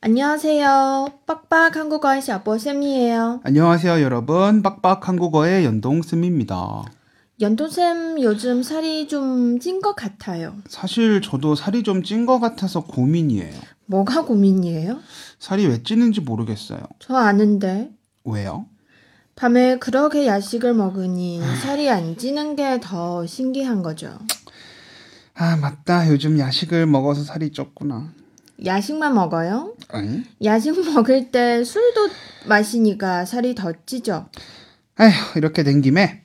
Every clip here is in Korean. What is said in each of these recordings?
안녕하세요，빡빡한국어의小博쌤이에요。 안녕하세요 여러분 빡빡 한국어의 연동쌤입니다 연돈쌤 요즘 살이 좀 찐 것 같아요. 사실 저도 살이 좀 찐 것 같아서 고민이에요 뭐가 고민이에요? 살이 왜 찌는지 모르겠어요 저 아는데 왜요? 밤에 그렇게 야식을 먹으니 살이 안 찌는 게 더 신기한 거죠. 아 맞다 요즘 야식을 먹어서 살이 쪘구나 야식만 먹어요? 응? 야식 먹을 때 술도 마시니까 살이 더 찌죠. 에휴 이렇게 된 김에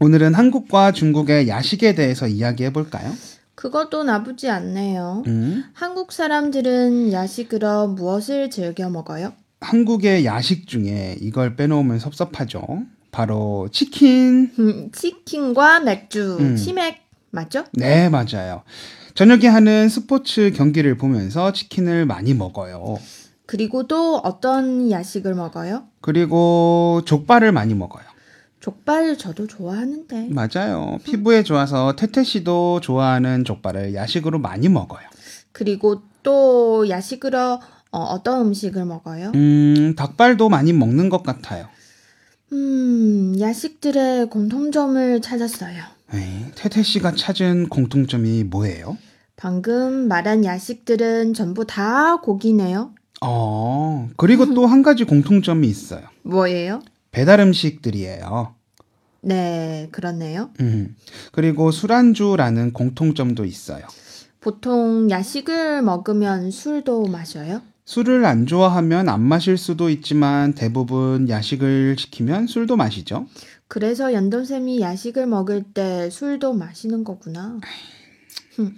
오늘은 한국과 중국의 야식에 대해서 이야기해볼까요? 그것도 나쁘지 않네요. 음? 한국 사람들은 야식으로 무엇을 즐겨 먹어요? 한국의 야식 중에 이걸 빼놓으면 섭섭하죠 바로 치킨 음, 치킨과 맥주, 음. 치맥 맞죠? 네, 맞아요. 저녁에 하는 스포츠 경기를 보면서 치킨을 많이 먹어요. 그리고 또 어떤 야식을 먹어요? 그리고 족발을 많이 먹어요. 족발 저도 좋아하는데 맞아요. 피부에 좋아서 태태 씨도 좋아하는 족발을 야식으로 많이 먹어요. 그리고 또 야식으로 어, 떤 음식을 먹어요? 음, 닭발도 많이 먹는 것 같아요. 음 야식들의 공통점을 찾았어요. 에이, 네, 태태 씨가 찾은 공통점이 뭐예요? 방금 말한 야식들은 전부 다 고기네요. 어, 그리고 또 한 가지 공통점이 있어요. 뭐예요? 배달 음식들이에요. 네, 그렇네요. 음, 그리고 술안주라는 공통점도 있어요. 보통 야식을 먹으면 술도 마셔요? 술을 안 좋아하면 안 마실 수도 있지만 대부분 야식을 시키면 술도 마시죠. 그래서 연돈쌤이 야식을 먹을 때 술도 마시는 거구나.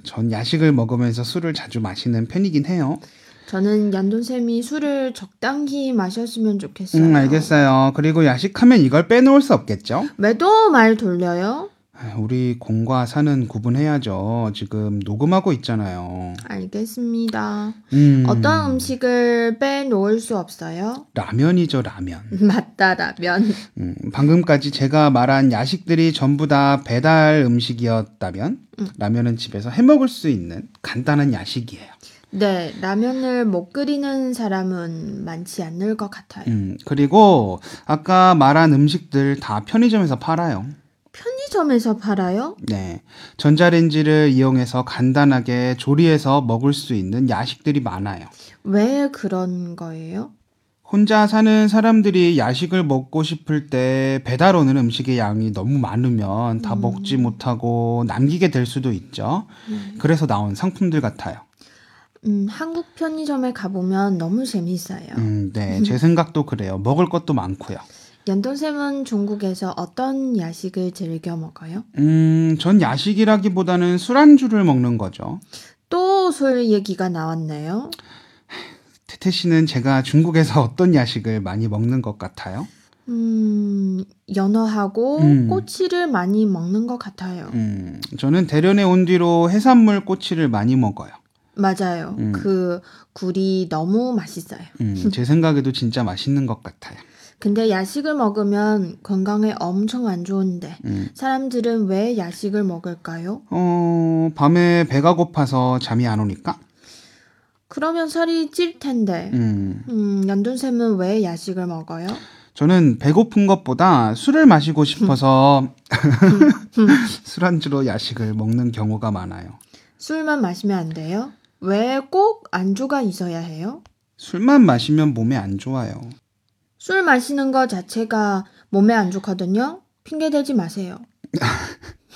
전 야식을 먹으면서 술을 자주 마시는 편이긴 해요. 저는 연돈쌤이 술을 적당히 마셨으면 좋겠어요. 음, 알겠어요. 그리고 야식하면 이걸 빼놓을 수 없겠죠? 왜 또 말 돌려요? 아, 우리 공과 사는 구분해야죠. 지금 녹음하고 있잖아요. 알겠습니다. 음, 어떤 음식을 빼놓을 수 없어요? 라면이죠, 라면. 맞다, 라면. 음, 방금까지 제가 말한 야식들이 전부 다 배달 음식이었다면 라면은 집에서 해 먹을 수 있는 간단한 야식이에요. 네, 라면을 못 끓이는 사람은 많지 않을 것 같아요. 음, 그리고 아까 말한 음식들 다 편의점에서 팔아요. 편의점에서 팔아요? 네. 전자레인지를 이용해서 간단하게 조리해서 먹을 수 있는 야식들이 많아요. 왜 그런 거예요? 혼자 사는 사람들이 야식을 먹고 싶을 때 배달 오는 음식의 양이 너무 많으면 다 먹지 못하고 남기게 될 수도 있죠. 그래서 나온 상품들 같아요. 음, 한국 편의점에 가보면 너무 재밌어요. 음, 네. 제 생각도 그래요. 먹을 것도 많고요. 연돈쌤은 중국에서 어떤 야식을 즐겨 먹어요? 음, 전 야식이라기보다는 술안주를 먹는 거죠. 또 술 얘기가 나왔네요. 태태 씨는 제가 중국에서 어떤 야식을 많이 먹는 것 같아요? 음, 연어하고 음. 꼬치를 많이 먹는 것 같아요. 음, 저는 대련에 온 뒤로 해산물 꼬치를 많이 먹어요. 맞아요. 음. 그 굴이 너무 맛있어요. 음, 제 생각에도 진짜 맛있는 것 같아요. 근데 야식을 먹으면 건강에 엄청 안 좋은데 음. 사람들은 왜 야식을 먹을까요? 어, 밤에 배가 고파서 잠이 안 오니까? 그러면 살이 찔 텐데. 음, 음, 연돈쌤은 왜 야식을 먹어요? 저는 배고픈 것보다 술을 마시고 싶어서 술안주로 야식을 먹는 경우가 많아요. 술만 마시면 안 돼요? 왜 꼭 안주가 있어야 해요? 술만 마시면 몸에 안 좋아요. 술 마시는 거 자체가 몸에 안 좋거든요. 핑계 대지 마세요.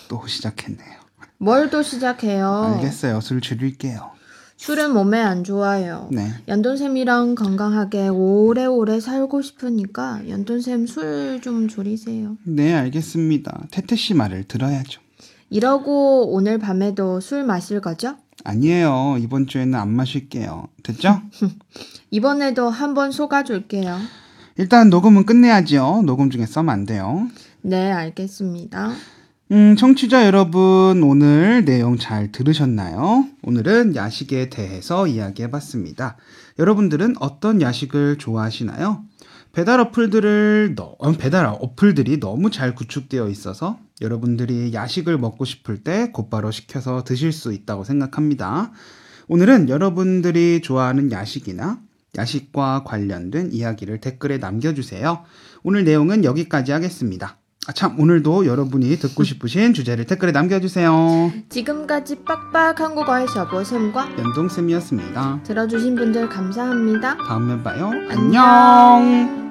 또 시작했네요. 뭘 또 시작해요? 알겠어요. 술 줄일게요. 술은 몸에 안 좋아요. 네. 연돈쌤이랑 건강하게 오래오래 살고 싶으니까 연돈쌤 술 좀 줄이세요. 네, 알겠습니다. 태태 씨 말을 들어야죠. 이러고 오늘 밤에도 술 마실 거죠? 아니에요. 이번 주에는 안 마실게요. 됐죠? 이번에도 한번 속아줄게요. 일단 녹음은 끝내야지요. 녹음 중에 써면 안 돼요. 네, 알겠습니다. 음, 청취자 여러분, 오늘 내용 잘 들으셨나요? 오늘은 야식에 대해서 이야기해 봤습니다. 여러분들은 어떤 야식을 좋아하시나요? 배달 어플들을, 너- 어, 배달 어플들이 너무 잘 구축되어 있어서 여러분들이 야식을 먹고 싶을 때 곧바로 시켜서 드실 수 있다고 생각합니다. 오늘은 여러분들이 좋아하는 야식이나 야식과 관련된 이야기를 댓글에 남겨주세요. 오늘 내용은 여기까지 하겠습니다. 아, 참, 오늘도 여러분이 듣고 싶으신 주제를 댓글에 남겨주세요. 지금까지 빡빡 한국어의 셔보샘과 연동쌤이었습니다. 들어주신 분들 감사합니다. 다음에 봐요. 안녕. 안녕.